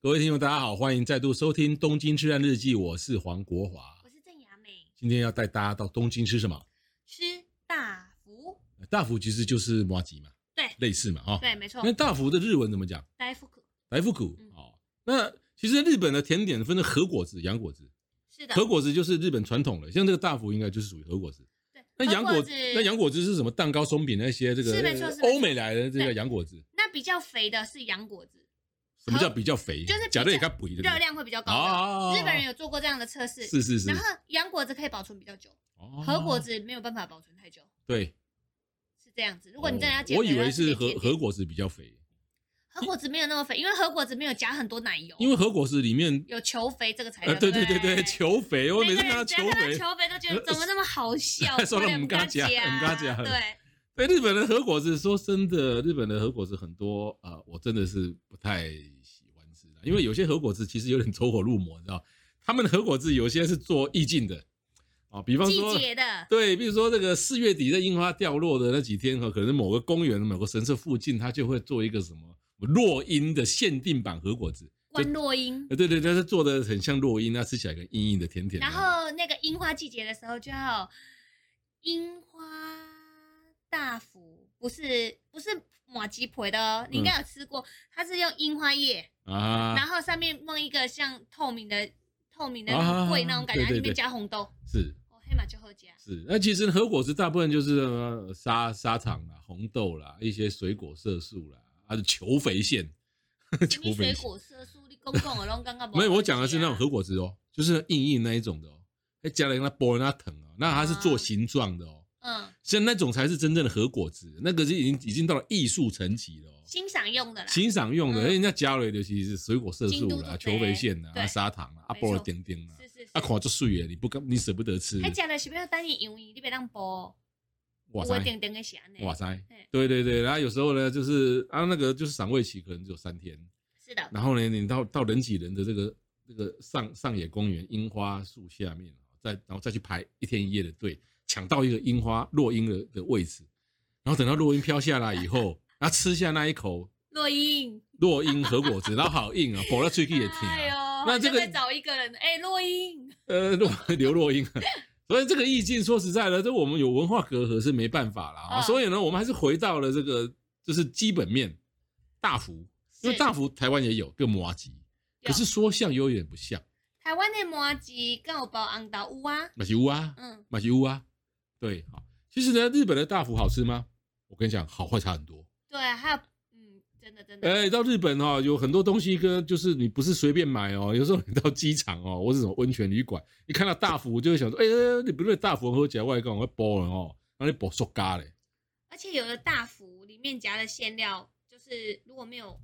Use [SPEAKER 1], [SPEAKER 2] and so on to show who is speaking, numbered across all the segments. [SPEAKER 1] 各位听众，大家好，欢迎再度收听《东京吃饭日记》，我是黄国华。
[SPEAKER 2] 我是郑雅美，
[SPEAKER 1] 今天要带大家到东京吃什么？
[SPEAKER 2] 吃大福，
[SPEAKER 1] 呃大福其实就是麻吉嘛，
[SPEAKER 2] 对
[SPEAKER 1] 类似嘛，哈、
[SPEAKER 2] 对，没错
[SPEAKER 1] 那，大福的日文怎么讲？
[SPEAKER 2] 大福可
[SPEAKER 1] 来福谷
[SPEAKER 2] 嗯
[SPEAKER 1] 哦。那其实日本的甜点分成和果子、洋果子。
[SPEAKER 2] 是的，
[SPEAKER 1] 和果子就是日本传统的，像这个大福应该就是属于和果子。
[SPEAKER 2] 对，
[SPEAKER 1] 那洋
[SPEAKER 2] 和
[SPEAKER 1] 果
[SPEAKER 2] 子
[SPEAKER 1] 那洋果子是什么？蛋糕、松饼那些，这个
[SPEAKER 2] 是没错是没错
[SPEAKER 1] 欧美来的这个
[SPEAKER 2] 对
[SPEAKER 1] 洋果子，
[SPEAKER 2] 那比较肥的是洋果子，
[SPEAKER 1] 什么叫比较肥？
[SPEAKER 2] 就是比
[SPEAKER 1] 假的也该
[SPEAKER 2] 较
[SPEAKER 1] 补一个
[SPEAKER 2] 热量会比较高
[SPEAKER 1] 啊
[SPEAKER 2] 的。日本人有做过这样的测试，
[SPEAKER 1] 是是是
[SPEAKER 2] 然，后洋果子可以保存比较久，
[SPEAKER 1] 哦
[SPEAKER 2] 和果子没有办法保存太久，
[SPEAKER 1] 对。
[SPEAKER 2] 是这样子。如果你真的要减
[SPEAKER 1] 哦我
[SPEAKER 2] 肥，
[SPEAKER 1] 以为是
[SPEAKER 2] 要直接
[SPEAKER 1] 和
[SPEAKER 2] 减
[SPEAKER 1] 和
[SPEAKER 2] 点
[SPEAKER 1] 果子比较
[SPEAKER 2] 哦
[SPEAKER 1] 肥，
[SPEAKER 2] 和果子没有那么肥，因为和果子没有加很多奶油，
[SPEAKER 1] 因为和果子里面
[SPEAKER 2] 有求肥这个材
[SPEAKER 1] 啊，
[SPEAKER 2] 料。
[SPEAKER 1] 对对
[SPEAKER 2] 哎对
[SPEAKER 1] 对对，求肥，我每次
[SPEAKER 2] 每
[SPEAKER 1] 看到
[SPEAKER 2] 个人只
[SPEAKER 1] 求
[SPEAKER 2] 要看
[SPEAKER 1] 肥
[SPEAKER 2] 到，求肥都觉得怎么那么好笑，
[SPEAKER 1] 说了
[SPEAKER 2] 我也
[SPEAKER 1] 唔敢讲唔敢讲
[SPEAKER 2] 对，
[SPEAKER 1] 对日本的和果子，说真的，日本的和果子很多，呃，我真的是不太喜欢吃的，因为有些和果子其实有点走火入魔，你知道，他们的和果子有些是做意境的，啊，比方说
[SPEAKER 2] 季。节的，
[SPEAKER 1] 对，比如说这个四月底在樱花掉落的那几天哦哈，可能某个公园、某个神社附近，它就会做一个什么落樱的限定版和果子。
[SPEAKER 2] 关落音。
[SPEAKER 1] 呃，对对，但是做的很像落樱，那吃起来跟硬硬的、甜甜的。
[SPEAKER 2] 然后那个樱花季节的时候，就要有樱花大福，不是不是马吉婆的哦，你应该有吃过，它是用樱花叶，
[SPEAKER 1] 嗯啊，
[SPEAKER 2] 然后上面弄一个像透明的透明的
[SPEAKER 1] 啊
[SPEAKER 2] 柜那种感
[SPEAKER 1] 对对
[SPEAKER 2] 觉，然后里
[SPEAKER 1] 对
[SPEAKER 2] 面加红豆，
[SPEAKER 1] 是
[SPEAKER 2] 哦，黑马就 喝加。
[SPEAKER 1] 是，那其实和果子大部分就是呃沙沙场啦、红豆啦、一些水果色素啦，还有球肥馅，
[SPEAKER 2] 你
[SPEAKER 1] 球肥
[SPEAKER 2] 水
[SPEAKER 1] 馅。
[SPEAKER 2] 果色素，你公哦公我弄刚刚
[SPEAKER 1] 没有，我讲的是
[SPEAKER 2] 啊
[SPEAKER 1] 那种和果子哦，就是硬硬那一种的哦，还加了那波那藤哦，那它是
[SPEAKER 2] 啊
[SPEAKER 1] 做形状的哦，
[SPEAKER 2] 嗯
[SPEAKER 1] 像那种才是真正的和果子，那个是已经已经到了艺术层级了哦。
[SPEAKER 2] 欣赏用的啦，
[SPEAKER 1] 欣赏用的，
[SPEAKER 2] 嗯
[SPEAKER 1] 因为人家加了的其实是水果色素
[SPEAKER 2] 京都
[SPEAKER 1] 啦、
[SPEAKER 2] 的
[SPEAKER 1] 球肥馅啦、
[SPEAKER 2] 对
[SPEAKER 1] 啊砂糖啦、啊
[SPEAKER 2] 没错
[SPEAKER 1] 菠萝丁丁啦，
[SPEAKER 2] 是是是
[SPEAKER 1] 啊，。看就碎了，你不敢，你舍不得吃
[SPEAKER 2] 还。食了是不要等伊油你你别当剥，
[SPEAKER 1] 哇
[SPEAKER 2] 我
[SPEAKER 1] 塞，
[SPEAKER 2] 定定的是安尼。
[SPEAKER 1] 哇塞
[SPEAKER 2] 嘿，
[SPEAKER 1] 对对对，然后有时候呢，就是啊，那个就是赏味期可能只有三天，
[SPEAKER 2] 是的，
[SPEAKER 1] 然后呢，你到到人挤人的这个这个上上野公园樱花树下面，再然后再去排一天一夜的队，抢到一个樱花落樱的的位置，然后等到落樱飘下来以后，然后吃下那一口
[SPEAKER 2] 落英。
[SPEAKER 1] 落樱和果子，然后好 硬啊，剥到嘴去也甜。
[SPEAKER 2] 哎呦，
[SPEAKER 1] 那这个
[SPEAKER 2] 再找一个人，哎，落英，
[SPEAKER 1] 呃，落刘若英。所以这个意境，说实在的，这我们有文化隔阂是没办法啦、啊
[SPEAKER 2] 嗯
[SPEAKER 1] 所以呢，我们还是回到了这个，就是基本面大福，因为
[SPEAKER 2] 是
[SPEAKER 1] 大福台湾也有个摩吉，
[SPEAKER 2] 有
[SPEAKER 1] 可是说像又有点不像，
[SPEAKER 2] 台湾的麻吉跟我包红豆有啊，
[SPEAKER 1] 马吉乌啊，
[SPEAKER 2] 嗯，
[SPEAKER 1] 马吉乌啊，对，好。其实呢，日本的大福好吃吗？我跟你讲，好坏差很多。
[SPEAKER 2] 对，还有，嗯，真的真的，
[SPEAKER 1] 哎，到日本哦，有很多东西跟就是你不是随便买哦，有时候你到机场哦，或是什么温泉旅馆，你看到大福就会想说，哎、你不对大福喝起来外公会包了哦，那你包塑胶嘞，
[SPEAKER 2] 而且有的大福里面夹的馅料，就是如果没有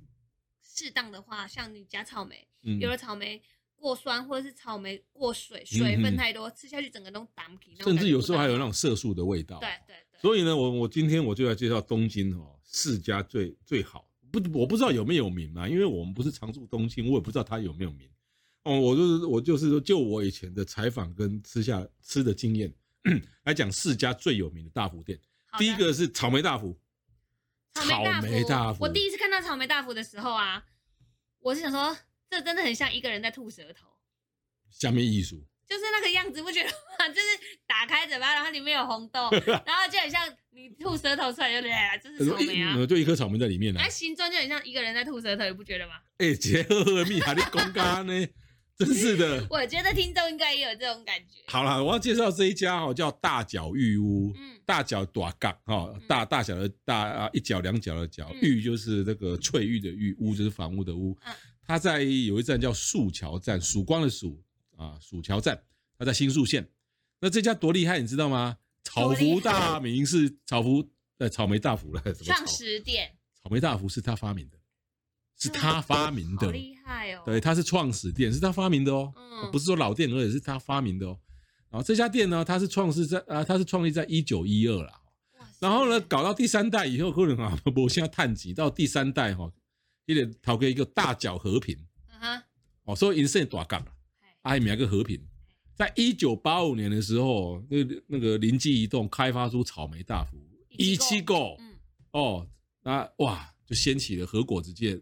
[SPEAKER 2] 适当的话，像你夹草莓，
[SPEAKER 1] 嗯，
[SPEAKER 2] 有的草莓。过酸或者是草莓过水，
[SPEAKER 1] 嗯
[SPEAKER 2] 水分太多，吃下去整个都挡起，
[SPEAKER 1] 甚至有时候还有那
[SPEAKER 2] 种
[SPEAKER 1] 种色素的味道。
[SPEAKER 2] 感觉不到，对对对，
[SPEAKER 1] 所以呢，我我今天我就来介绍东京哦四家最最好，不我不知道有没有名啊，因为我们不是常住东京，我也不知道它有没有名。哦，我就是我就是说，就我以前的采访跟吃下吃的经验 来讲，四家最有名的大福店。
[SPEAKER 2] 好的
[SPEAKER 1] 第一个是草莓大福，
[SPEAKER 2] 草
[SPEAKER 1] 莓
[SPEAKER 2] 莓
[SPEAKER 1] 大
[SPEAKER 2] 大
[SPEAKER 1] 福
[SPEAKER 2] 我第一次看到草莓大福的时候啊，我是想说，这真的很像一个人在吐舌头，
[SPEAKER 1] 下面艺术，
[SPEAKER 2] 就是那个样子，不觉得吗？ 就是打开嘴巴，然后里面有红 豆，然后就很像你吐舌头出来，就来就是草莓啊。哎
[SPEAKER 1] 嗯就一颗草莓在里面呢、啊
[SPEAKER 2] 那。形状就很像一个人在吐舌头，你不觉得吗？
[SPEAKER 1] 哎、杰呵呵蜜还在公干呢，真是 的。
[SPEAKER 2] 我觉得听众应该也有这种感觉。
[SPEAKER 1] 好了，我要介绍这一家哦，叫大脚玉屋。
[SPEAKER 2] 嗯，
[SPEAKER 1] 大脚短杠哈，
[SPEAKER 2] 嗯
[SPEAKER 1] 大大小的大啊，一脚两脚的脚，
[SPEAKER 2] 嗯
[SPEAKER 1] 玉就是那个翠玉的玉，屋就是房屋的屋
[SPEAKER 2] 嗯。
[SPEAKER 1] 它在有一站叫曙桥站，曙光的曙啊，曙桥站，它在新宿县。那这家多厉害，你知道吗？草
[SPEAKER 2] 多厉
[SPEAKER 1] 福
[SPEAKER 2] 害
[SPEAKER 1] 大名是草福呃草莓大福了，什么
[SPEAKER 2] 创
[SPEAKER 1] 草
[SPEAKER 2] 始点
[SPEAKER 1] 草莓大福是他发明的，是他发明
[SPEAKER 2] 好
[SPEAKER 1] 的，
[SPEAKER 2] 厉害哦。
[SPEAKER 1] 对，，他是创始店，是他发明的哦。
[SPEAKER 2] 嗯
[SPEAKER 1] 不是说老店，而且是他发明的哦。然后这家店呢，它是创世在啊，它是创立在一九一二啦。
[SPEAKER 2] 哇塞
[SPEAKER 1] 然后呢，搞到第三代以后，可能啊，我现在探及到第三代哈、一点讨给一个大脚和平
[SPEAKER 2] 嗯哼，
[SPEAKER 1] 哦，所以银线大杠
[SPEAKER 2] 哎
[SPEAKER 1] 啊，还买个和平。在一九八五年的时候，那个那个灵机一动开发出草莓大福一
[SPEAKER 2] 一
[SPEAKER 1] 七
[SPEAKER 2] 七
[SPEAKER 1] 购
[SPEAKER 2] 嗯，
[SPEAKER 1] 哦，那哇就掀起了和果子界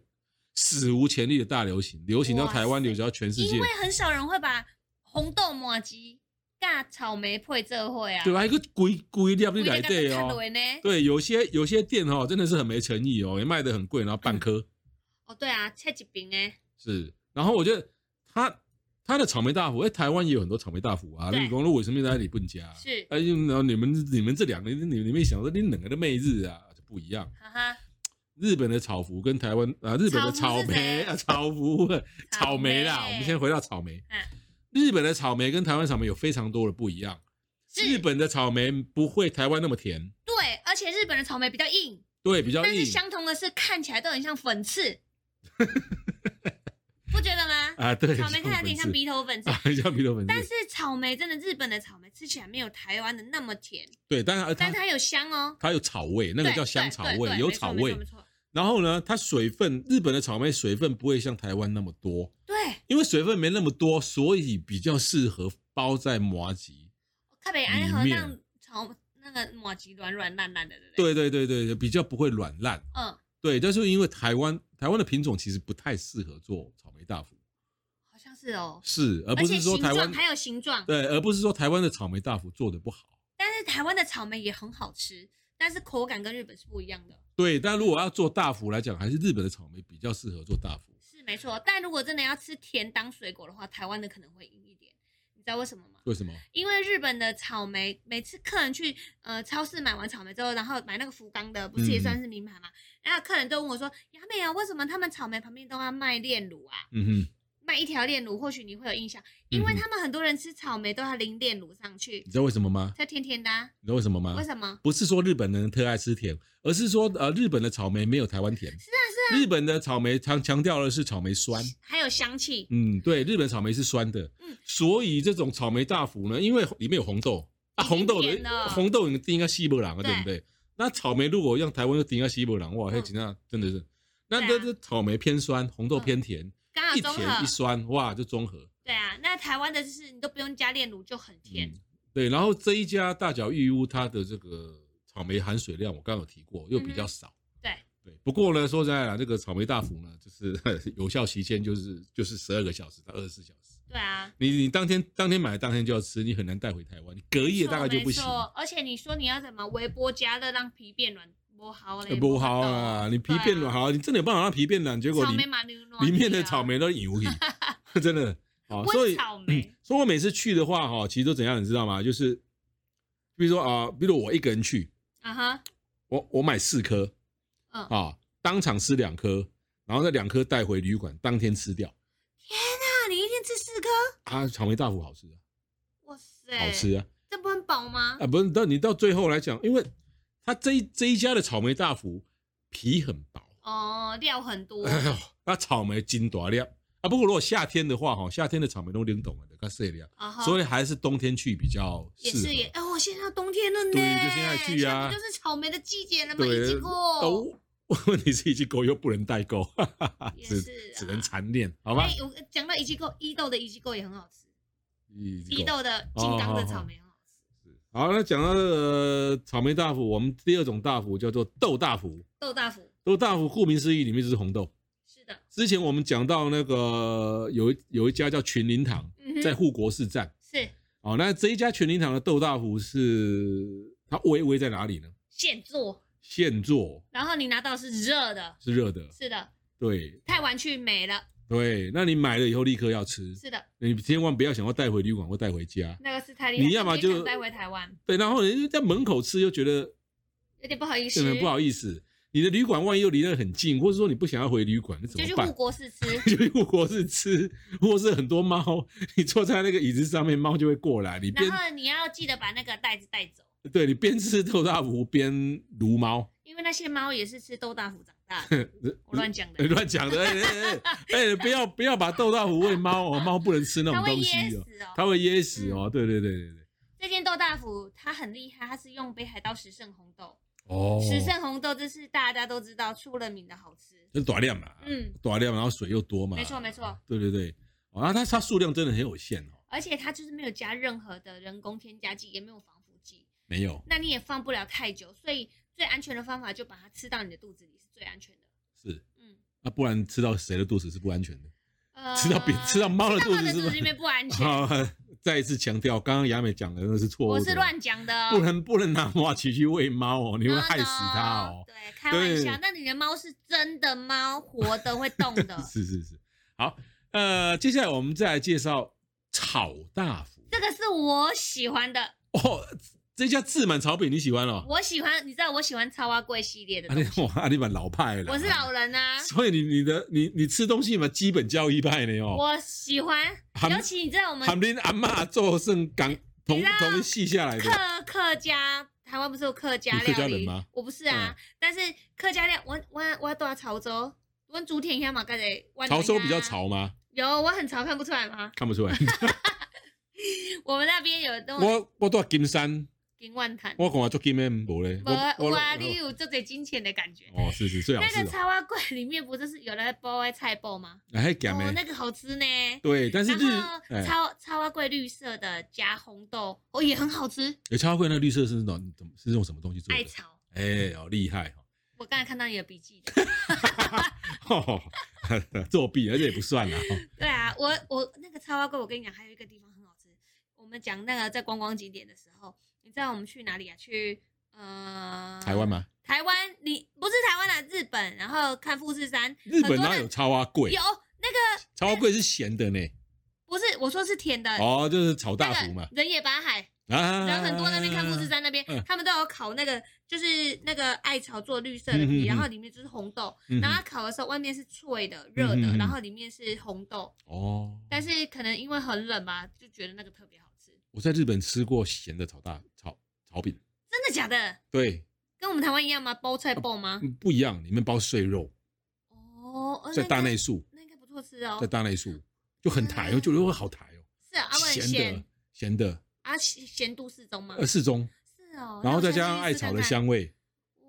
[SPEAKER 1] 史无前例的大流行，流行到台湾，流行到全世界
[SPEAKER 2] 因为，很少人会把红豆麻吉尬草莓配这会啊，
[SPEAKER 1] 对吧？一个鬼鬼料
[SPEAKER 2] 我
[SPEAKER 1] 你
[SPEAKER 2] 一
[SPEAKER 1] 来
[SPEAKER 2] 直跟
[SPEAKER 1] 对
[SPEAKER 2] 着看
[SPEAKER 1] 哦，
[SPEAKER 2] 落呢。
[SPEAKER 1] 对，有些有些店哈、真的是很没诚意哦，也卖的很贵，然后半颗、
[SPEAKER 2] 哦，对啊，切一饼哎，
[SPEAKER 1] 是。然后我觉得它它的草莓大福，哎，台湾也有很多草莓大福啊。
[SPEAKER 2] 对
[SPEAKER 1] 你讲了为什么在你不加？
[SPEAKER 2] 是，
[SPEAKER 1] 哎，然后你们你们这两个，你你们想说你两个的媚日啊就不一样。
[SPEAKER 2] 哈哈，
[SPEAKER 1] 日本的草福跟台湾啊，日本的草
[SPEAKER 2] 草福是谁
[SPEAKER 1] 莓啊，草福草莓啦。我们先回到草莓，
[SPEAKER 2] 嗯
[SPEAKER 1] 日本的草莓跟台湾草莓有非常多的不一样。
[SPEAKER 2] 是
[SPEAKER 1] 日本的草莓不会台湾那么甜，
[SPEAKER 2] 对，而且日本的草莓比较硬，
[SPEAKER 1] 对，比较
[SPEAKER 2] 但是
[SPEAKER 1] 硬。
[SPEAKER 2] 相同的是看起来都很像 粉刺，不觉得吗？
[SPEAKER 1] 啊，对，
[SPEAKER 2] 草莓看起来有点像
[SPEAKER 1] 粉刺
[SPEAKER 2] 鼻头粉刺，
[SPEAKER 1] 啊，像鼻头粉
[SPEAKER 2] 但
[SPEAKER 1] 刺。
[SPEAKER 2] 是草莓真的日本的草莓吃起来没有台湾的那么 甜，
[SPEAKER 1] 对，但是它
[SPEAKER 2] 但它有香哦，
[SPEAKER 1] 它有草味，那个
[SPEAKER 2] 对
[SPEAKER 1] 叫香
[SPEAKER 2] 对
[SPEAKER 1] 草
[SPEAKER 2] 对
[SPEAKER 1] 味，
[SPEAKER 2] 对
[SPEAKER 1] 有
[SPEAKER 2] 没错
[SPEAKER 1] 草
[SPEAKER 2] 没错
[SPEAKER 1] 味
[SPEAKER 2] 没。错
[SPEAKER 1] 然后呢，它水分，日本的草莓水分不会像台湾那么多，
[SPEAKER 2] 对，
[SPEAKER 1] 因为水分没那么多，所以比较适合包在麻吉。
[SPEAKER 2] 特别爱喝
[SPEAKER 1] 里面
[SPEAKER 2] 让草那个马吉软软烂烂的，
[SPEAKER 1] 对
[SPEAKER 2] 对不对？
[SPEAKER 1] 对对对，对比较不会软烂。
[SPEAKER 2] 嗯，
[SPEAKER 1] 对，但是因为台湾台湾的品种其实不太适合做草莓大福，
[SPEAKER 2] 好像是哦，
[SPEAKER 1] 是，而
[SPEAKER 2] 而
[SPEAKER 1] 不
[SPEAKER 2] 且
[SPEAKER 1] 是说
[SPEAKER 2] 形
[SPEAKER 1] 台湾
[SPEAKER 2] 状还有形状，
[SPEAKER 1] 对，而不是说台湾的草莓大福做的不好。
[SPEAKER 2] 但是台湾的草莓也很好吃，但是口感跟日本是不一样的，
[SPEAKER 1] 对，但如果要做大福来讲，还是日本的草莓比较适合做大福。
[SPEAKER 2] 是没错。但如果真的要吃甜当水果的话，台湾的可能会硬一点，你知道为什么吗？
[SPEAKER 1] 为什么？
[SPEAKER 2] 因为日本的草莓，每次客人去呃超市买完草莓之后，然后买那个福冈的，不是也
[SPEAKER 1] 嗯
[SPEAKER 2] 算是名牌嘛？然后客人都问我说：“雅美啊，为什么他们草莓旁边都要卖炼乳啊？
[SPEAKER 1] 嗯哼，
[SPEAKER 2] 卖一条炼乳，或许你会有印象，因为
[SPEAKER 1] 嗯哼
[SPEAKER 2] 他们很多人吃草莓都要淋炼乳上去
[SPEAKER 1] 你，知道为什么吗？
[SPEAKER 2] 才甜甜的、啊。
[SPEAKER 1] 你知道为什么吗？
[SPEAKER 2] 为什么？
[SPEAKER 1] 不是说日本人特爱吃甜，而是说呃，日本的草莓没有台湾甜。是啊，是啊。日本的草莓强强调的是草莓酸，
[SPEAKER 2] 还有香气，
[SPEAKER 1] 嗯，对，日本草莓是酸的。
[SPEAKER 2] 嗯
[SPEAKER 1] 所以这种草莓大福呢，因为里面有红豆啊，
[SPEAKER 2] 已经
[SPEAKER 1] 红豆
[SPEAKER 2] 甜了
[SPEAKER 1] 的红豆你应该西伯朗啊，
[SPEAKER 2] 对
[SPEAKER 1] 对不对？那草莓如果让台湾又顶到西伯朗，哇，
[SPEAKER 2] 嗯
[SPEAKER 1] 那那真的是，那
[SPEAKER 2] 对
[SPEAKER 1] 这
[SPEAKER 2] 啊
[SPEAKER 1] 这草莓偏酸，红豆偏甜，
[SPEAKER 2] 刚好
[SPEAKER 1] 一
[SPEAKER 2] 综合
[SPEAKER 1] 甜一。酸，哇，就综合。
[SPEAKER 2] 对啊，那台湾的就是你都不用加炼乳就很甜。
[SPEAKER 1] 嗯。对，然后这一家大脚玉屋，它的这个草莓含水量，我刚刚有提过，又比较少。
[SPEAKER 2] 嗯对
[SPEAKER 1] 对，不过呢，说实在啦，这个草莓大福呢，就是 有效期限就是就是十二个小时到二十四小时。
[SPEAKER 2] 对啊，
[SPEAKER 1] 你你当天当天买，当天就要吃，你很难带回台湾。你隔夜大概就不行
[SPEAKER 2] 没，错而且你说你要怎么微波加热让皮变软，不好嘞，
[SPEAKER 1] 不好啊！你皮变软
[SPEAKER 2] 好，
[SPEAKER 1] 好，你真的有办法让皮变软，结果
[SPEAKER 2] 草
[SPEAKER 1] 里
[SPEAKER 2] 莓嘛，你软
[SPEAKER 1] 里面的
[SPEAKER 2] 掉
[SPEAKER 1] 草莓都油皮，真 的啊。所
[SPEAKER 2] 温
[SPEAKER 1] 以
[SPEAKER 2] 草莓，
[SPEAKER 1] 所以我每次去的话，哈，其实都怎样，你知道吗？就是比如说啊、比如我一个人去，
[SPEAKER 2] 啊哈，
[SPEAKER 1] 我我买四颗
[SPEAKER 2] 嗯，啊，
[SPEAKER 1] 啊，当场吃两颗，然后那两颗带回旅馆，当天吃掉
[SPEAKER 2] 你一天吃四颗，
[SPEAKER 1] 啊。草莓大福好吃啊，
[SPEAKER 2] 哇塞，
[SPEAKER 1] 好吃，啊
[SPEAKER 2] 这不很饱吗？
[SPEAKER 1] 啊！不是，到你到最后来讲，因为它这一这一家的草莓大福皮很薄，
[SPEAKER 2] 哦，料很 多，
[SPEAKER 1] 那草莓金大粒啊。不过如果夏天的话，哈，夏天的草莓都冷冻了，它碎了，
[SPEAKER 2] 啊哈，
[SPEAKER 1] 所
[SPEAKER 2] 以
[SPEAKER 1] 以还是冬天去比较
[SPEAKER 2] 也
[SPEAKER 1] 适合
[SPEAKER 2] 是。也，哎，我现在要冬天了呢，
[SPEAKER 1] 对就现在去啊
[SPEAKER 2] 现在不就是草莓的季节了嘛，
[SPEAKER 1] 对
[SPEAKER 2] 已经过，
[SPEAKER 1] 哦， 问题是一只狗又不能代购， 哈哈哈
[SPEAKER 2] 也
[SPEAKER 1] 只
[SPEAKER 2] 是啊
[SPEAKER 1] 只能残念，好吧
[SPEAKER 2] 哎，？我讲到一季购，伊豆的一季购也很好吃，
[SPEAKER 1] 一只
[SPEAKER 2] 伊
[SPEAKER 1] 狗
[SPEAKER 2] 豆的金刚的草莓很好吃。
[SPEAKER 1] 好，那讲到这个草莓大福，我们第二种大福叫做豆大福。
[SPEAKER 2] 豆大福，
[SPEAKER 1] 豆大福顾名思义，里面就是红豆。
[SPEAKER 2] 是的，
[SPEAKER 1] 之前我们讲到那个有一有一家叫群林堂，
[SPEAKER 2] 嗯哼
[SPEAKER 1] 在护国寺站。
[SPEAKER 2] 是
[SPEAKER 1] 哦，那这一家群林堂的豆大福是它微微在哪里呢？
[SPEAKER 2] 现做，
[SPEAKER 1] 现做
[SPEAKER 2] 然后你拿到是热的，
[SPEAKER 1] 是热的，
[SPEAKER 2] 是的，
[SPEAKER 1] 对
[SPEAKER 2] 太晚去没了，
[SPEAKER 1] 对。那你买了以后立刻要吃，
[SPEAKER 2] 是的，
[SPEAKER 1] 你千万不要想要带回旅馆或带回家。
[SPEAKER 2] 那个是太厉害，
[SPEAKER 1] 你要么
[SPEAKER 2] 直接
[SPEAKER 1] 就
[SPEAKER 2] 想带回台湾，
[SPEAKER 1] 对，然后人家在门口吃又觉得
[SPEAKER 2] 有点不好意思
[SPEAKER 1] 真，的不好意思，你的旅馆万一又离得很近，或者说你不想要回旅馆，那怎
[SPEAKER 2] 就去
[SPEAKER 1] 么
[SPEAKER 2] 护
[SPEAKER 1] 办？
[SPEAKER 2] 国寺吃，
[SPEAKER 1] 就去护国寺吃，或是很多猫，你坐在那个椅子上面，猫就会过来。你边
[SPEAKER 2] 然后你要记得把那个袋子带走，
[SPEAKER 1] 对你边吃豆大福边撸猫，
[SPEAKER 2] 因为那些猫也是吃豆大福长大的，我乱讲的
[SPEAKER 1] 呃，乱讲的，哎哎哎哎，不要不要把豆大福喂猫哦，猫不能吃那
[SPEAKER 2] 它
[SPEAKER 1] 种
[SPEAKER 2] 会
[SPEAKER 1] 东
[SPEAKER 2] 噎
[SPEAKER 1] 西哦，
[SPEAKER 2] 死
[SPEAKER 1] 它
[SPEAKER 2] 哦。
[SPEAKER 1] 会噎死哦。对对对对对，
[SPEAKER 2] 这件豆大福它很厉害，它是用北海道十胜红豆，
[SPEAKER 1] 哦，
[SPEAKER 2] 十胜红豆这是大家都知道出了名的好吃，
[SPEAKER 1] 就是短量嘛，
[SPEAKER 2] 嗯，
[SPEAKER 1] 短量，然后水又多嘛，
[SPEAKER 2] 没错没错，
[SPEAKER 1] 对对对，哦，那它它数量真的很有限哦，
[SPEAKER 2] 而且它就是没有加任何的人工添加剂，也没有防腐剂。
[SPEAKER 1] 没有
[SPEAKER 2] 那你也放不了太久，所以最安全的方法就把它吃到你的肚子里是最安全的。
[SPEAKER 1] 是。
[SPEAKER 2] 嗯，
[SPEAKER 1] 啊，不然吃到谁的肚子是不安全的。
[SPEAKER 2] 呃
[SPEAKER 1] 吃到别吃到猫的肚子是不
[SPEAKER 2] 里面不安全，
[SPEAKER 1] 好， 再一次强调，刚刚雅美讲的那是错误的，
[SPEAKER 2] 我是乱讲的哦，
[SPEAKER 1] 不能不能拿马奇去喂猫哦，你会害死它哦
[SPEAKER 2] No，no，。对，开玩
[SPEAKER 1] 对，
[SPEAKER 2] 笑，那你的猫是真的猫，活的会动的
[SPEAKER 1] 是是是，好，呃，接下来我们再来介绍炒大福
[SPEAKER 2] 这个是我喜欢的，
[SPEAKER 1] 哦，这家自满炒饼你喜欢哦？
[SPEAKER 2] 我喜欢，你知道我喜欢超蛙贵系列的
[SPEAKER 1] 啊
[SPEAKER 2] 东
[SPEAKER 1] 你
[SPEAKER 2] 西，
[SPEAKER 1] 哇，啊你蛮老派了，
[SPEAKER 2] 我是老人啊，
[SPEAKER 1] 所以你你的你你吃东西嘛，基本教义派呢 哦。
[SPEAKER 2] 我喜欢
[SPEAKER 1] 含，
[SPEAKER 2] 尤其你知道我们
[SPEAKER 1] 含恁阿嬷做剩港同
[SPEAKER 2] 你知道
[SPEAKER 1] 同系下来的
[SPEAKER 2] 客客家，台湾不是有客家
[SPEAKER 1] 你客家
[SPEAKER 2] 料
[SPEAKER 1] 人
[SPEAKER 2] 理
[SPEAKER 1] 吗？嗯
[SPEAKER 2] 我不是啊，但是客家料，我我我到潮州，我竹田乡嘛，刚才
[SPEAKER 1] 潮州比较，潮吗？
[SPEAKER 2] 啊有我很潮，看不出来吗？
[SPEAKER 1] 看不 出来。
[SPEAKER 2] 我们那边有东
[SPEAKER 1] 我我到金山，
[SPEAKER 2] 金万潭，
[SPEAKER 1] 我讲话做金面无咧。
[SPEAKER 2] 我
[SPEAKER 1] 我我
[SPEAKER 2] 我啊，你有这嘴金钱的感觉。
[SPEAKER 1] 哦，是是最好
[SPEAKER 2] 那
[SPEAKER 1] 是哦，
[SPEAKER 2] 个茶花柜里面不就是有人包爱菜包吗？
[SPEAKER 1] 还哎咸
[SPEAKER 2] 哦，
[SPEAKER 1] 的。
[SPEAKER 2] 那个好吃呢。
[SPEAKER 1] 对，但是
[SPEAKER 2] 然
[SPEAKER 1] 日
[SPEAKER 2] 后
[SPEAKER 1] 哎，
[SPEAKER 2] 超超花桂绿色的加红豆，哦也很好吃，
[SPEAKER 1] 有超会那个绿色是哪怎么是用什么东西做
[SPEAKER 2] 艾
[SPEAKER 1] 的？
[SPEAKER 2] 草。
[SPEAKER 1] 哎，好厉害
[SPEAKER 2] 我刚才看到你的笔记的。
[SPEAKER 1] 哦， 作弊，而且也不算啦。哦
[SPEAKER 2] 对啊，我我那个超花龟，我跟你讲，还有一个地方很好吃。我们讲那个在观光景点的时候，你知道我们去哪里啊？去呃
[SPEAKER 1] 台湾？吗？
[SPEAKER 2] 台湾，你不是台湾啊，日本。然后看富士山，
[SPEAKER 1] 日本
[SPEAKER 2] 很多
[SPEAKER 1] 哪
[SPEAKER 2] 人
[SPEAKER 1] 有超花贵
[SPEAKER 2] 有？那个
[SPEAKER 1] 超花贵是咸的呢。
[SPEAKER 2] 不是我说是甜的，
[SPEAKER 1] 哦，就是炒
[SPEAKER 2] 那
[SPEAKER 1] 大
[SPEAKER 2] 个
[SPEAKER 1] 福嘛。
[SPEAKER 2] 人也把海，
[SPEAKER 1] 啊，
[SPEAKER 2] 人很多那边看富士山那边
[SPEAKER 1] 嗯，
[SPEAKER 2] 他们都有烤那个，就是那个艾草做绿色的
[SPEAKER 1] 嗯嗯
[SPEAKER 2] 皮，
[SPEAKER 1] 嗯
[SPEAKER 2] 然后里面就是红豆，
[SPEAKER 1] 嗯哼
[SPEAKER 2] 然后它烤的时候外面是脆的、热
[SPEAKER 1] 嗯嗯
[SPEAKER 2] 的
[SPEAKER 1] 嗯，
[SPEAKER 2] 然后里面是红豆，
[SPEAKER 1] 哦。
[SPEAKER 2] 但是可能因为很冷嘛，就觉得那个特别好吃。
[SPEAKER 1] 我在日本吃过咸的炒大炒炒饼，
[SPEAKER 2] 真的假的？
[SPEAKER 1] 对，
[SPEAKER 2] 跟我们台湾一样吗？包菜包吗？
[SPEAKER 1] 嗯不一样，里面包碎肉，
[SPEAKER 2] 哦，呃
[SPEAKER 1] 在大内
[SPEAKER 2] 那应
[SPEAKER 1] 宿，
[SPEAKER 2] 该那应该不错吃哦
[SPEAKER 1] 在。大内宿就很台，我觉得会好台哦，
[SPEAKER 2] 是啊，阿文
[SPEAKER 1] 咸的
[SPEAKER 2] 咸
[SPEAKER 1] 咸的，
[SPEAKER 2] 啊咸咸度适中吗？
[SPEAKER 1] 呃适中，
[SPEAKER 2] 是哦，
[SPEAKER 1] 然后再
[SPEAKER 2] 那我下次
[SPEAKER 1] 加上
[SPEAKER 2] 去
[SPEAKER 1] 艾
[SPEAKER 2] 试
[SPEAKER 1] 草
[SPEAKER 2] 看
[SPEAKER 1] 的
[SPEAKER 2] 看，
[SPEAKER 1] 香味，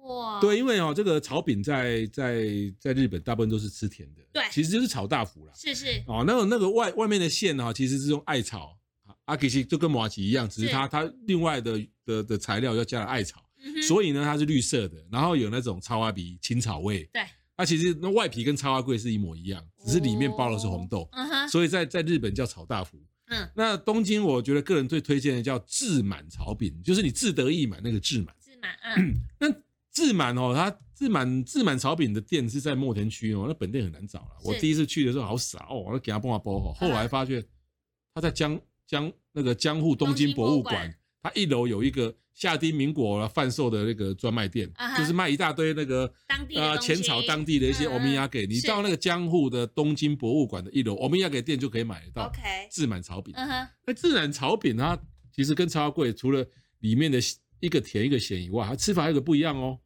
[SPEAKER 2] 哇，
[SPEAKER 1] 对，，因为哦这个炒饼在在在日本大部分都是吃甜的，
[SPEAKER 2] 对
[SPEAKER 1] 其实就是炒大福啦，
[SPEAKER 2] 是是，
[SPEAKER 1] 哦，那个那个外外面的馅哈，其实是用艾草。啊，其实就跟麻吉一样，只是
[SPEAKER 2] 是
[SPEAKER 1] 它它另外的的的材料要加了艾草，
[SPEAKER 2] 嗯哼
[SPEAKER 1] 所以呢，它是绿色的，然后有那种超阿鼻青草味。
[SPEAKER 2] 对，
[SPEAKER 1] 它其实那外皮跟超阿贵是一模一样，只是里面包的是红豆，
[SPEAKER 2] 嗯哼，
[SPEAKER 1] 所以在在日本叫炒大福。
[SPEAKER 2] 嗯，
[SPEAKER 1] 那东京我觉得个人最推荐的叫自满炒饼，就是你自得意满那个自满。
[SPEAKER 2] 是嘛，嗯，
[SPEAKER 1] 那自满哦，它自满自满炒饼的店是在墨田区哦，那本店很难找了。
[SPEAKER 2] 是嗯
[SPEAKER 1] 我第一次去的时候好傻哦，我给他帮我包好，后来发觉他在江江那个江户东京博物
[SPEAKER 2] 东京博物
[SPEAKER 1] 馆，它一楼有一个夏丁民国啊贩售的那个专卖店
[SPEAKER 2] 啊，哈
[SPEAKER 1] 就是卖一大堆那个
[SPEAKER 2] 当地的
[SPEAKER 1] 呃
[SPEAKER 2] 东西
[SPEAKER 1] 浅草当地的一些
[SPEAKER 2] 嗯
[SPEAKER 1] 欧米亚给，你
[SPEAKER 2] 是
[SPEAKER 1] 到那个江户的东京博物馆的一楼欧米亚给店就可以买得到
[SPEAKER 2] OK，
[SPEAKER 1] 自满炒饼。
[SPEAKER 2] 嗯哼，
[SPEAKER 1] 那哎自然炒饼它其实跟茶花桂除了里面的一个甜一个咸以外，它吃法还有个不一样哦。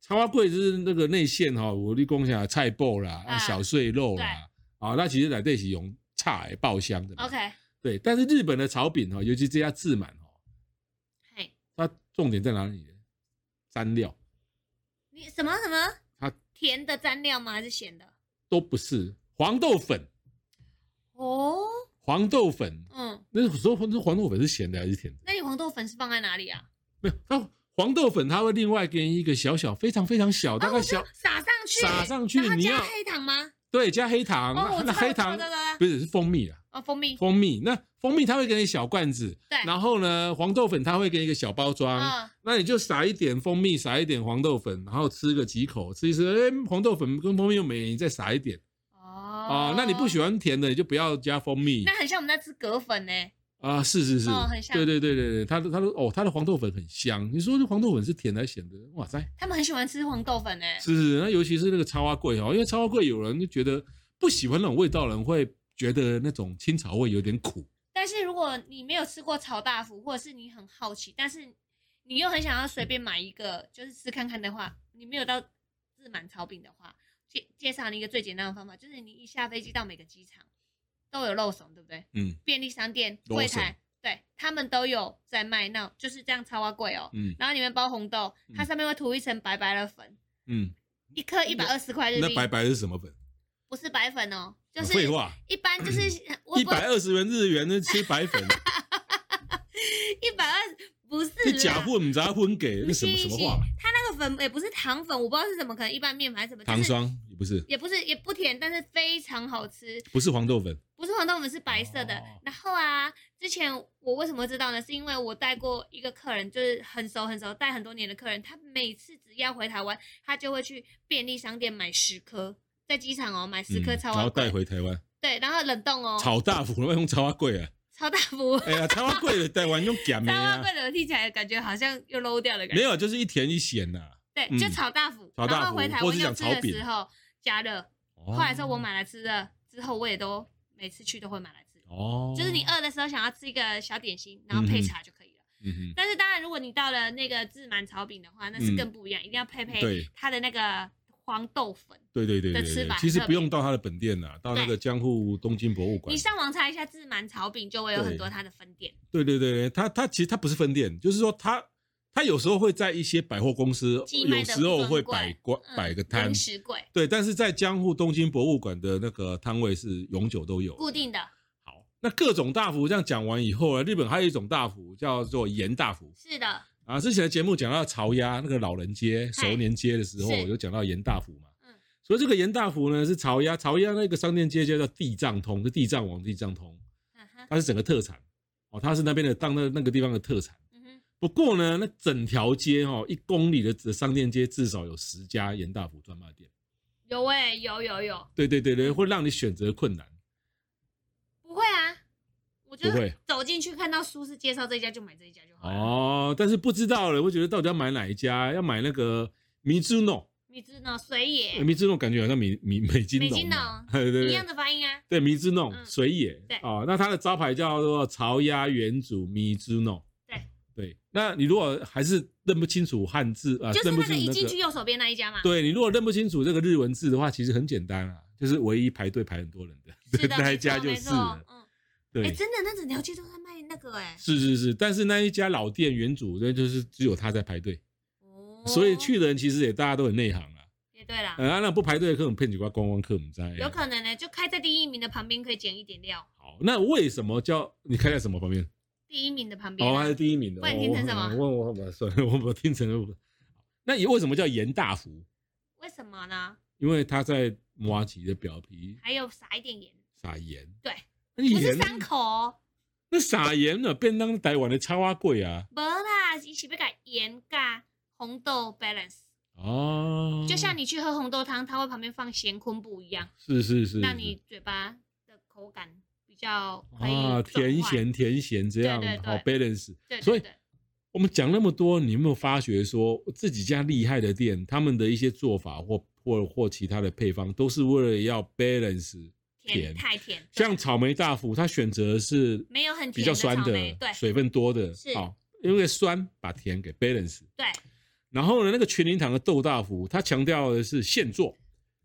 [SPEAKER 1] 茶花桂就是那个内馅哈、哦，我立功下菜爆啦、
[SPEAKER 2] 啊
[SPEAKER 1] 小碎肉啦，啊，那其实来这起用菜爆香的嘛。
[SPEAKER 2] ，OK，
[SPEAKER 1] 对，但是日本的炒饼哈、哦，尤其这家自满哦，
[SPEAKER 2] 嘿，
[SPEAKER 1] 它重点在哪里呢？蘸料
[SPEAKER 2] 你什么什么？
[SPEAKER 1] 它
[SPEAKER 2] 甜的蘸料吗？还是咸的？
[SPEAKER 1] 都不是，黄豆粉，
[SPEAKER 2] 哦，
[SPEAKER 1] 黄豆粉，
[SPEAKER 2] 嗯，
[SPEAKER 1] 那时候那黄豆粉是咸的还是甜的？
[SPEAKER 2] 那你黄豆粉是放在哪里啊？
[SPEAKER 1] 没有，它黄豆粉它会另外给你一个小小非常非常
[SPEAKER 2] 哦
[SPEAKER 1] 小，大概小、
[SPEAKER 2] 撒上去，
[SPEAKER 1] 撒上去
[SPEAKER 2] 然后
[SPEAKER 1] 你要
[SPEAKER 2] 加黑糖吗？
[SPEAKER 1] 对，加黑糖，啊
[SPEAKER 2] 哦，我知
[SPEAKER 1] 那
[SPEAKER 2] 道，
[SPEAKER 1] 黑糖
[SPEAKER 2] 我知道我知道我知
[SPEAKER 1] 不
[SPEAKER 2] 道
[SPEAKER 1] 是是蜂蜜啦，啊
[SPEAKER 2] 哦，蜂蜜，
[SPEAKER 1] 蜂蜜。那蜂蜜它会给你小罐子，
[SPEAKER 2] 对，
[SPEAKER 1] 然后呢，黄豆粉它会给你一个小包装，
[SPEAKER 2] 嗯，
[SPEAKER 1] 那你就撒一点蜂蜜，撒一点黄豆粉，然后吃个几口，吃一吃，哎、黄豆粉跟蜂蜜又没，你再撒一点啊、
[SPEAKER 2] 哦
[SPEAKER 1] 那你不喜欢甜的，你就不要加蜂蜜
[SPEAKER 2] 那很像我们在吃葛粉呢、
[SPEAKER 1] 啊、是是是，
[SPEAKER 2] 哦很像
[SPEAKER 1] 对对对对对，它的它的哦，它的黄豆粉很香。你说这黄豆粉是甜还是咸的？哇塞！
[SPEAKER 2] 他们很喜欢吃黄豆粉呢、
[SPEAKER 1] 是是，那尤其是那个插花桂哦，因为插花桂有人就觉得不喜欢那种味道，人会觉得那种青草味有点苦。
[SPEAKER 2] 但是如果你没有吃过炒大福，或者是你很好奇，但是你又很想要随便买一个就是吃看看的话，你没有到自满炒饼的话，介介绍你一个最简单的方法，就是你一下飞机到每个机场都有肉松，对不对？
[SPEAKER 1] 嗯
[SPEAKER 2] 便利商店
[SPEAKER 1] 肉
[SPEAKER 2] 柜
[SPEAKER 1] 松
[SPEAKER 2] 台，对他们都有在卖那种就是这样超花贵哦。
[SPEAKER 1] 嗯
[SPEAKER 2] 然后里面包红豆，它
[SPEAKER 1] 嗯
[SPEAKER 2] 上面会涂一层白白的粉，
[SPEAKER 1] 嗯，
[SPEAKER 2] 一颗一百二十块日
[SPEAKER 1] 那
[SPEAKER 2] 币，
[SPEAKER 1] 白白是什么粉？
[SPEAKER 2] 不是白粉哦，就是
[SPEAKER 1] 废话，
[SPEAKER 2] 一般就是我
[SPEAKER 1] 嗯一百二十元日元那吃白粉，
[SPEAKER 2] 一百二不是
[SPEAKER 1] 你
[SPEAKER 2] 啦
[SPEAKER 1] 假，混不知道混给
[SPEAKER 2] 不
[SPEAKER 1] 那什么
[SPEAKER 2] 是
[SPEAKER 1] 什么
[SPEAKER 2] 不是
[SPEAKER 1] 话嘛？
[SPEAKER 2] 它那个粉也不是糖粉，我不知道是什么，可能一般面粉还是什么
[SPEAKER 1] 糖，
[SPEAKER 2] 就是
[SPEAKER 1] 霜也不是，
[SPEAKER 2] 也不是也不甜，但是非常好吃。
[SPEAKER 1] 不是黄豆粉，
[SPEAKER 2] 不是黄豆粉，是白色的。
[SPEAKER 1] 哦
[SPEAKER 2] 然后啊，之前我为什么会知道呢？是因为我带过一个客人，就是很熟很熟，带很多年的客人，他每次只要回台湾，他就会去便利商店买十颗，在机场哦买十颗
[SPEAKER 1] 嗯
[SPEAKER 2] 超、
[SPEAKER 1] 然后带，回台湾，
[SPEAKER 2] 对，然后冷冻哦，
[SPEAKER 1] 炒大福，那用炒花贵啊，
[SPEAKER 2] 超大福，
[SPEAKER 1] 哎呀，炒花贵的台湾用咸的
[SPEAKER 2] 超大
[SPEAKER 1] 啊，
[SPEAKER 2] 贵的，听起来感觉好像又 low 掉的感
[SPEAKER 1] 没
[SPEAKER 2] 觉。
[SPEAKER 1] 有，就是一甜一咸呐、
[SPEAKER 2] 对，
[SPEAKER 1] 嗯
[SPEAKER 2] 就炒大福，
[SPEAKER 1] 炒大
[SPEAKER 2] 然后
[SPEAKER 1] 福
[SPEAKER 2] 回台
[SPEAKER 1] 或
[SPEAKER 2] 湾
[SPEAKER 1] 是
[SPEAKER 2] 要
[SPEAKER 1] 讲
[SPEAKER 2] 吃
[SPEAKER 1] 炒
[SPEAKER 2] 的
[SPEAKER 1] 饼
[SPEAKER 2] 时候加热，
[SPEAKER 1] 哦
[SPEAKER 2] 后来之后我买来吃的，之后我也都每次去都会买来吃，
[SPEAKER 1] 哦，
[SPEAKER 2] 就是你饿的时候想要吃一个小点心，然后配
[SPEAKER 1] 嗯哼
[SPEAKER 2] 茶就可以了。
[SPEAKER 1] 嗯
[SPEAKER 2] 但是当然，如果你到了那个自满炒饼的话，那是
[SPEAKER 1] 嗯
[SPEAKER 2] 更不一样，一定要配
[SPEAKER 1] 哼，
[SPEAKER 2] 配
[SPEAKER 1] 对
[SPEAKER 2] 它的那个黄豆粉。
[SPEAKER 1] 对对对对
[SPEAKER 2] 的吃
[SPEAKER 1] 对
[SPEAKER 2] 法
[SPEAKER 1] 其实
[SPEAKER 2] 特
[SPEAKER 1] 不
[SPEAKER 2] 别
[SPEAKER 1] 用到他的本店啦，到那个江户东京博物馆
[SPEAKER 2] 你，上网查一下自满炒饼，就会有
[SPEAKER 1] 对
[SPEAKER 2] 很多它的分店。
[SPEAKER 1] 对对对对，他他其实他不是分店，就是说他他有时候会在一些百货公司，
[SPEAKER 2] 寄卖
[SPEAKER 1] 有
[SPEAKER 2] 的
[SPEAKER 1] 时候会
[SPEAKER 2] 专柜
[SPEAKER 1] 摆挂
[SPEAKER 2] 嗯
[SPEAKER 1] 哦摆个摊
[SPEAKER 2] 零，食柜
[SPEAKER 1] 对，但是在江户东京博物馆的那个摊位是永久都有
[SPEAKER 2] 固定的
[SPEAKER 1] 好，那各种大福这样讲完以后呢，啊日本还有一种大福叫做盐大福，
[SPEAKER 2] 是的，
[SPEAKER 1] 啊，之前的节目讲到潮鸭那个老人街、
[SPEAKER 2] 嗨
[SPEAKER 1] 熟年街的时候，
[SPEAKER 2] 是
[SPEAKER 1] 我就讲到盐大福嘛。
[SPEAKER 2] 嗯
[SPEAKER 1] 所以这个盐大福呢是潮鸭，潮鸭那个商店街就叫地藏通，是地藏王地藏通，
[SPEAKER 2] 嗯哼，
[SPEAKER 1] 它是整个特产哦，它是那边的当那那个地方的特产。
[SPEAKER 2] 嗯哼，
[SPEAKER 1] 不过呢，那整条街哦，一公里的的商店街至少有十家盐大福专卖店。
[SPEAKER 2] 有哎、有有有，
[SPEAKER 1] 对对对对，会让你选择困难。
[SPEAKER 2] 不会啊，我就
[SPEAKER 1] 不会
[SPEAKER 2] 走进去看到书是介绍这一家就买这一家就好了。
[SPEAKER 1] 哦，但是不知道了，我觉得到底要买哪一家？要买那个 Mizuno，Mizuno
[SPEAKER 2] 米芝呢，水野
[SPEAKER 1] 感觉好像米米美金
[SPEAKER 2] 哎美
[SPEAKER 1] 农
[SPEAKER 2] 津
[SPEAKER 1] 嘛，
[SPEAKER 2] 浓
[SPEAKER 1] 对呃对
[SPEAKER 2] 一
[SPEAKER 1] 对
[SPEAKER 2] 样，的发音啊，
[SPEAKER 1] 对，米之弄
[SPEAKER 2] 嗯
[SPEAKER 1] 水野，
[SPEAKER 2] 对
[SPEAKER 1] 哦，那它的招牌叫做潮鸭原主米之弄，
[SPEAKER 2] 对
[SPEAKER 1] 对。那你如果还是认不清楚汉字啊，
[SPEAKER 2] 就是
[SPEAKER 1] 认不
[SPEAKER 2] 那个
[SPEAKER 1] 清楚
[SPEAKER 2] 一
[SPEAKER 1] 那
[SPEAKER 2] 进去
[SPEAKER 1] 个，
[SPEAKER 2] 右手边那一家嘛。
[SPEAKER 1] 对你如果认不清楚这个日文字的话，其实很简单啊，就是唯一排队排很多人的
[SPEAKER 2] 是的，
[SPEAKER 1] 那
[SPEAKER 2] 没
[SPEAKER 1] 一家
[SPEAKER 2] 错
[SPEAKER 1] 就
[SPEAKER 2] 没
[SPEAKER 1] 是
[SPEAKER 2] 错
[SPEAKER 1] 了，
[SPEAKER 2] 嗯，哎、
[SPEAKER 1] 对。
[SPEAKER 2] 真的，那整条街都在卖那个哎、
[SPEAKER 1] 是是是，但是那一家老店原主，那就是只有他在排队，
[SPEAKER 2] 哦，
[SPEAKER 1] 所以去的人其实也大家都很内行啦。
[SPEAKER 2] 也对啦，
[SPEAKER 1] 呃啊，那不排队的客人骗几个观光客，我们在。
[SPEAKER 2] 有可能呢、就开在第一名的旁边可以捡一点料，
[SPEAKER 1] 好，那为什么叫你开在什么方面？
[SPEAKER 2] 第一名的旁边、啊
[SPEAKER 1] 哦，他是第一名的。
[SPEAKER 2] 不然你听成什么
[SPEAKER 1] 我问我我算了，我我听成了。那也为什么叫盐大福？
[SPEAKER 2] 为什么呢？
[SPEAKER 1] 因为他在摩阿吉的表皮
[SPEAKER 2] 还有撒一点盐，
[SPEAKER 1] 撒盐。
[SPEAKER 2] 对，
[SPEAKER 1] 那
[SPEAKER 2] 不是
[SPEAKER 1] 盐
[SPEAKER 2] 伤口、哦，
[SPEAKER 1] 那撒盐呢？便当台湾的叉花贵啊。
[SPEAKER 2] 没啦，一起被改盐加红豆 balance，、
[SPEAKER 1] 哦，
[SPEAKER 2] 就像你去喝红豆汤，它会旁边放咸昆布一样，
[SPEAKER 1] 是是是，
[SPEAKER 2] 让
[SPEAKER 1] 是
[SPEAKER 2] 你嘴巴的口感比较可以
[SPEAKER 1] 啊甜
[SPEAKER 2] 转换，
[SPEAKER 1] 咸甜咸这样
[SPEAKER 2] 对对对
[SPEAKER 1] 好 balance。
[SPEAKER 2] 对
[SPEAKER 1] 所以
[SPEAKER 2] 对对，
[SPEAKER 1] 我们讲那么多，你有没有发觉说自己家厉害的店，他们的一些做法或或或其他的配方，都是为了要 balance
[SPEAKER 2] 甜太甜，对
[SPEAKER 1] 像草莓大福，它选择是
[SPEAKER 2] 没有很
[SPEAKER 1] 比
[SPEAKER 2] 甜
[SPEAKER 1] 较
[SPEAKER 2] 的
[SPEAKER 1] 酸
[SPEAKER 2] 草
[SPEAKER 1] 的
[SPEAKER 2] 莓，对
[SPEAKER 1] 水分多的，
[SPEAKER 2] 是
[SPEAKER 1] 好，因为酸把甜给 balance。
[SPEAKER 2] 对
[SPEAKER 1] 然后呢，那个群林堂的豆大福，它强调的是现做，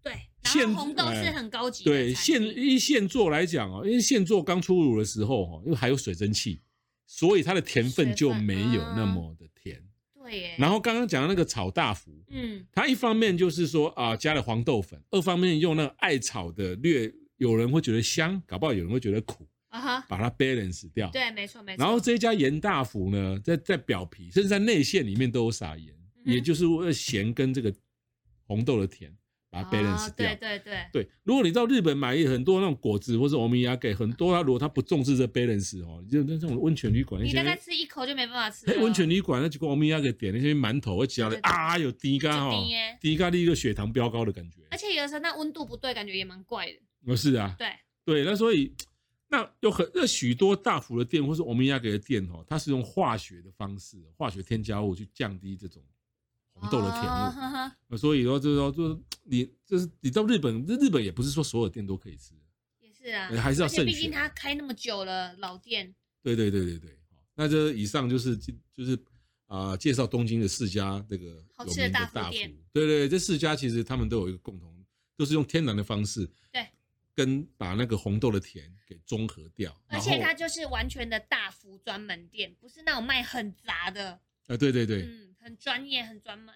[SPEAKER 2] 对，
[SPEAKER 1] 现
[SPEAKER 2] 然后红豆是
[SPEAKER 1] 哎
[SPEAKER 2] 很高级的
[SPEAKER 1] 对
[SPEAKER 2] 产
[SPEAKER 1] 现
[SPEAKER 2] 品
[SPEAKER 1] 一现做来讲哦，因为现做刚出炉的时候哦，因为还有水蒸气，所以它的甜分就没有那么的甜。
[SPEAKER 2] 对耶，
[SPEAKER 1] 然后刚刚讲的那个炒大福，
[SPEAKER 2] 嗯
[SPEAKER 1] 它一方面就是说啊、加了黄豆粉，二方面用那个艾草的略，有人会觉得香，搞不好有人会觉得苦，
[SPEAKER 2] 啊哈，
[SPEAKER 1] 把它 balance 掉。
[SPEAKER 2] 对，没错没错，
[SPEAKER 1] 然后这一家盐大福呢，在在表皮甚至在内馅里面都有撒盐，
[SPEAKER 2] 嗯哼
[SPEAKER 1] 也就是为了咸跟这个红豆的甜把它 balance
[SPEAKER 2] 哦
[SPEAKER 1] 掉。
[SPEAKER 2] 对对对，
[SPEAKER 1] 对如果你到日本买很多那种果汁或是欧米茄给，很多它如果它不重视这 balance 哦，就那种温泉旅馆那
[SPEAKER 2] 你
[SPEAKER 1] 些
[SPEAKER 2] 大，概吃一口就没办法吃
[SPEAKER 1] 哎
[SPEAKER 2] 了。
[SPEAKER 1] 温泉旅馆那几个欧米茄给点那些馒头，会加的
[SPEAKER 2] 对对对
[SPEAKER 1] 啊有低咖
[SPEAKER 2] 就
[SPEAKER 1] 哦
[SPEAKER 2] 甜耶，
[SPEAKER 1] 低咖的一个血糖飙高的感觉。
[SPEAKER 2] 而且有的时候那温度不对，感觉也蛮怪的。
[SPEAKER 1] 哦，是啊，
[SPEAKER 2] 对，
[SPEAKER 1] 对，那所以那有很那许多大幅的店或是欧米亚给的店哦，它是用化学的方式，化学添加物去降低这种红豆的甜
[SPEAKER 2] 哦
[SPEAKER 1] 度。
[SPEAKER 2] 呵呵
[SPEAKER 1] 那所以说，就是说，就是你就是你到日本，日本也不是说所有店都可以吃。
[SPEAKER 2] 也是啊，
[SPEAKER 1] 哎还是要
[SPEAKER 2] 而且
[SPEAKER 1] 慎
[SPEAKER 2] 毕竟
[SPEAKER 1] 选
[SPEAKER 2] 它开那么久了，老店
[SPEAKER 1] 对对对对对，好那这以上就是就是啊、介绍东京的四家这个
[SPEAKER 2] 好
[SPEAKER 1] 有
[SPEAKER 2] 吃的
[SPEAKER 1] 名
[SPEAKER 2] 大
[SPEAKER 1] 的
[SPEAKER 2] 福
[SPEAKER 1] 大福
[SPEAKER 2] 店。
[SPEAKER 1] 对对，对这四家其实他们都有一个共同，都是用天然的方式，
[SPEAKER 2] 对，
[SPEAKER 1] 跟把那个红豆的甜给中和掉，
[SPEAKER 2] 而
[SPEAKER 1] 然
[SPEAKER 2] 且
[SPEAKER 1] 后
[SPEAKER 2] 它就是完全的大福专门店，不是那种卖很杂的，
[SPEAKER 1] 啊，对对对，
[SPEAKER 2] 嗯，很专业，很专门。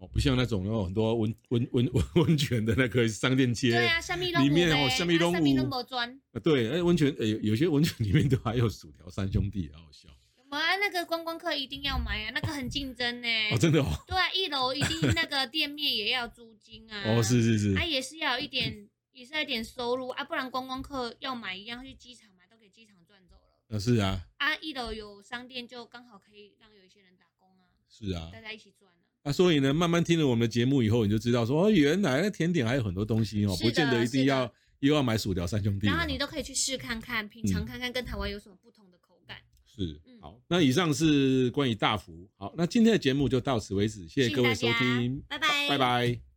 [SPEAKER 1] 哦，不像那种有很多温温温温温泉的那个商店街，
[SPEAKER 2] 对啊，下面
[SPEAKER 1] 里面哦下面
[SPEAKER 2] 啊都
[SPEAKER 1] 拢
[SPEAKER 2] 下面
[SPEAKER 1] 有
[SPEAKER 2] 都没专，
[SPEAKER 1] 啊对，哎，温泉，哎，有有些温泉里面都还有薯条三兄弟，好好笑。
[SPEAKER 2] 有哇，那个观光客一定要买啊，那个很竞争呢、
[SPEAKER 1] 哦，真的哦，
[SPEAKER 2] 对啊，一楼一定那个店面也要租金啊。
[SPEAKER 1] 哦，是是是
[SPEAKER 2] 啊，，也是要有一点，也是要一点收入啊，不然观光客要买一样去机场买，都给机场赚走了。
[SPEAKER 1] 呃是啊，
[SPEAKER 2] 啊，一楼有商店，就刚好可以让有一些人打工啊，
[SPEAKER 1] 是啊。
[SPEAKER 2] 大家一起赚啊。
[SPEAKER 1] 那所以呢，慢慢听了我们的节目以后，你就知道说，哦，原来那甜点还有很多东西哦，
[SPEAKER 2] 是
[SPEAKER 1] 不
[SPEAKER 2] 的
[SPEAKER 1] 见得一定
[SPEAKER 2] 是的
[SPEAKER 1] 要又要买薯条三兄弟了哦。
[SPEAKER 2] 然后你都可以去试看看，品尝看看跟台湾有什么不同的口感。
[SPEAKER 1] 哦是
[SPEAKER 2] 嗯
[SPEAKER 1] 好，那以上是关于大福。好，那今天的节目就到此为止，谢
[SPEAKER 2] 谢谢
[SPEAKER 1] 各位
[SPEAKER 2] 大
[SPEAKER 1] 收
[SPEAKER 2] 家
[SPEAKER 1] 听，
[SPEAKER 2] 拜拜
[SPEAKER 1] 拜拜。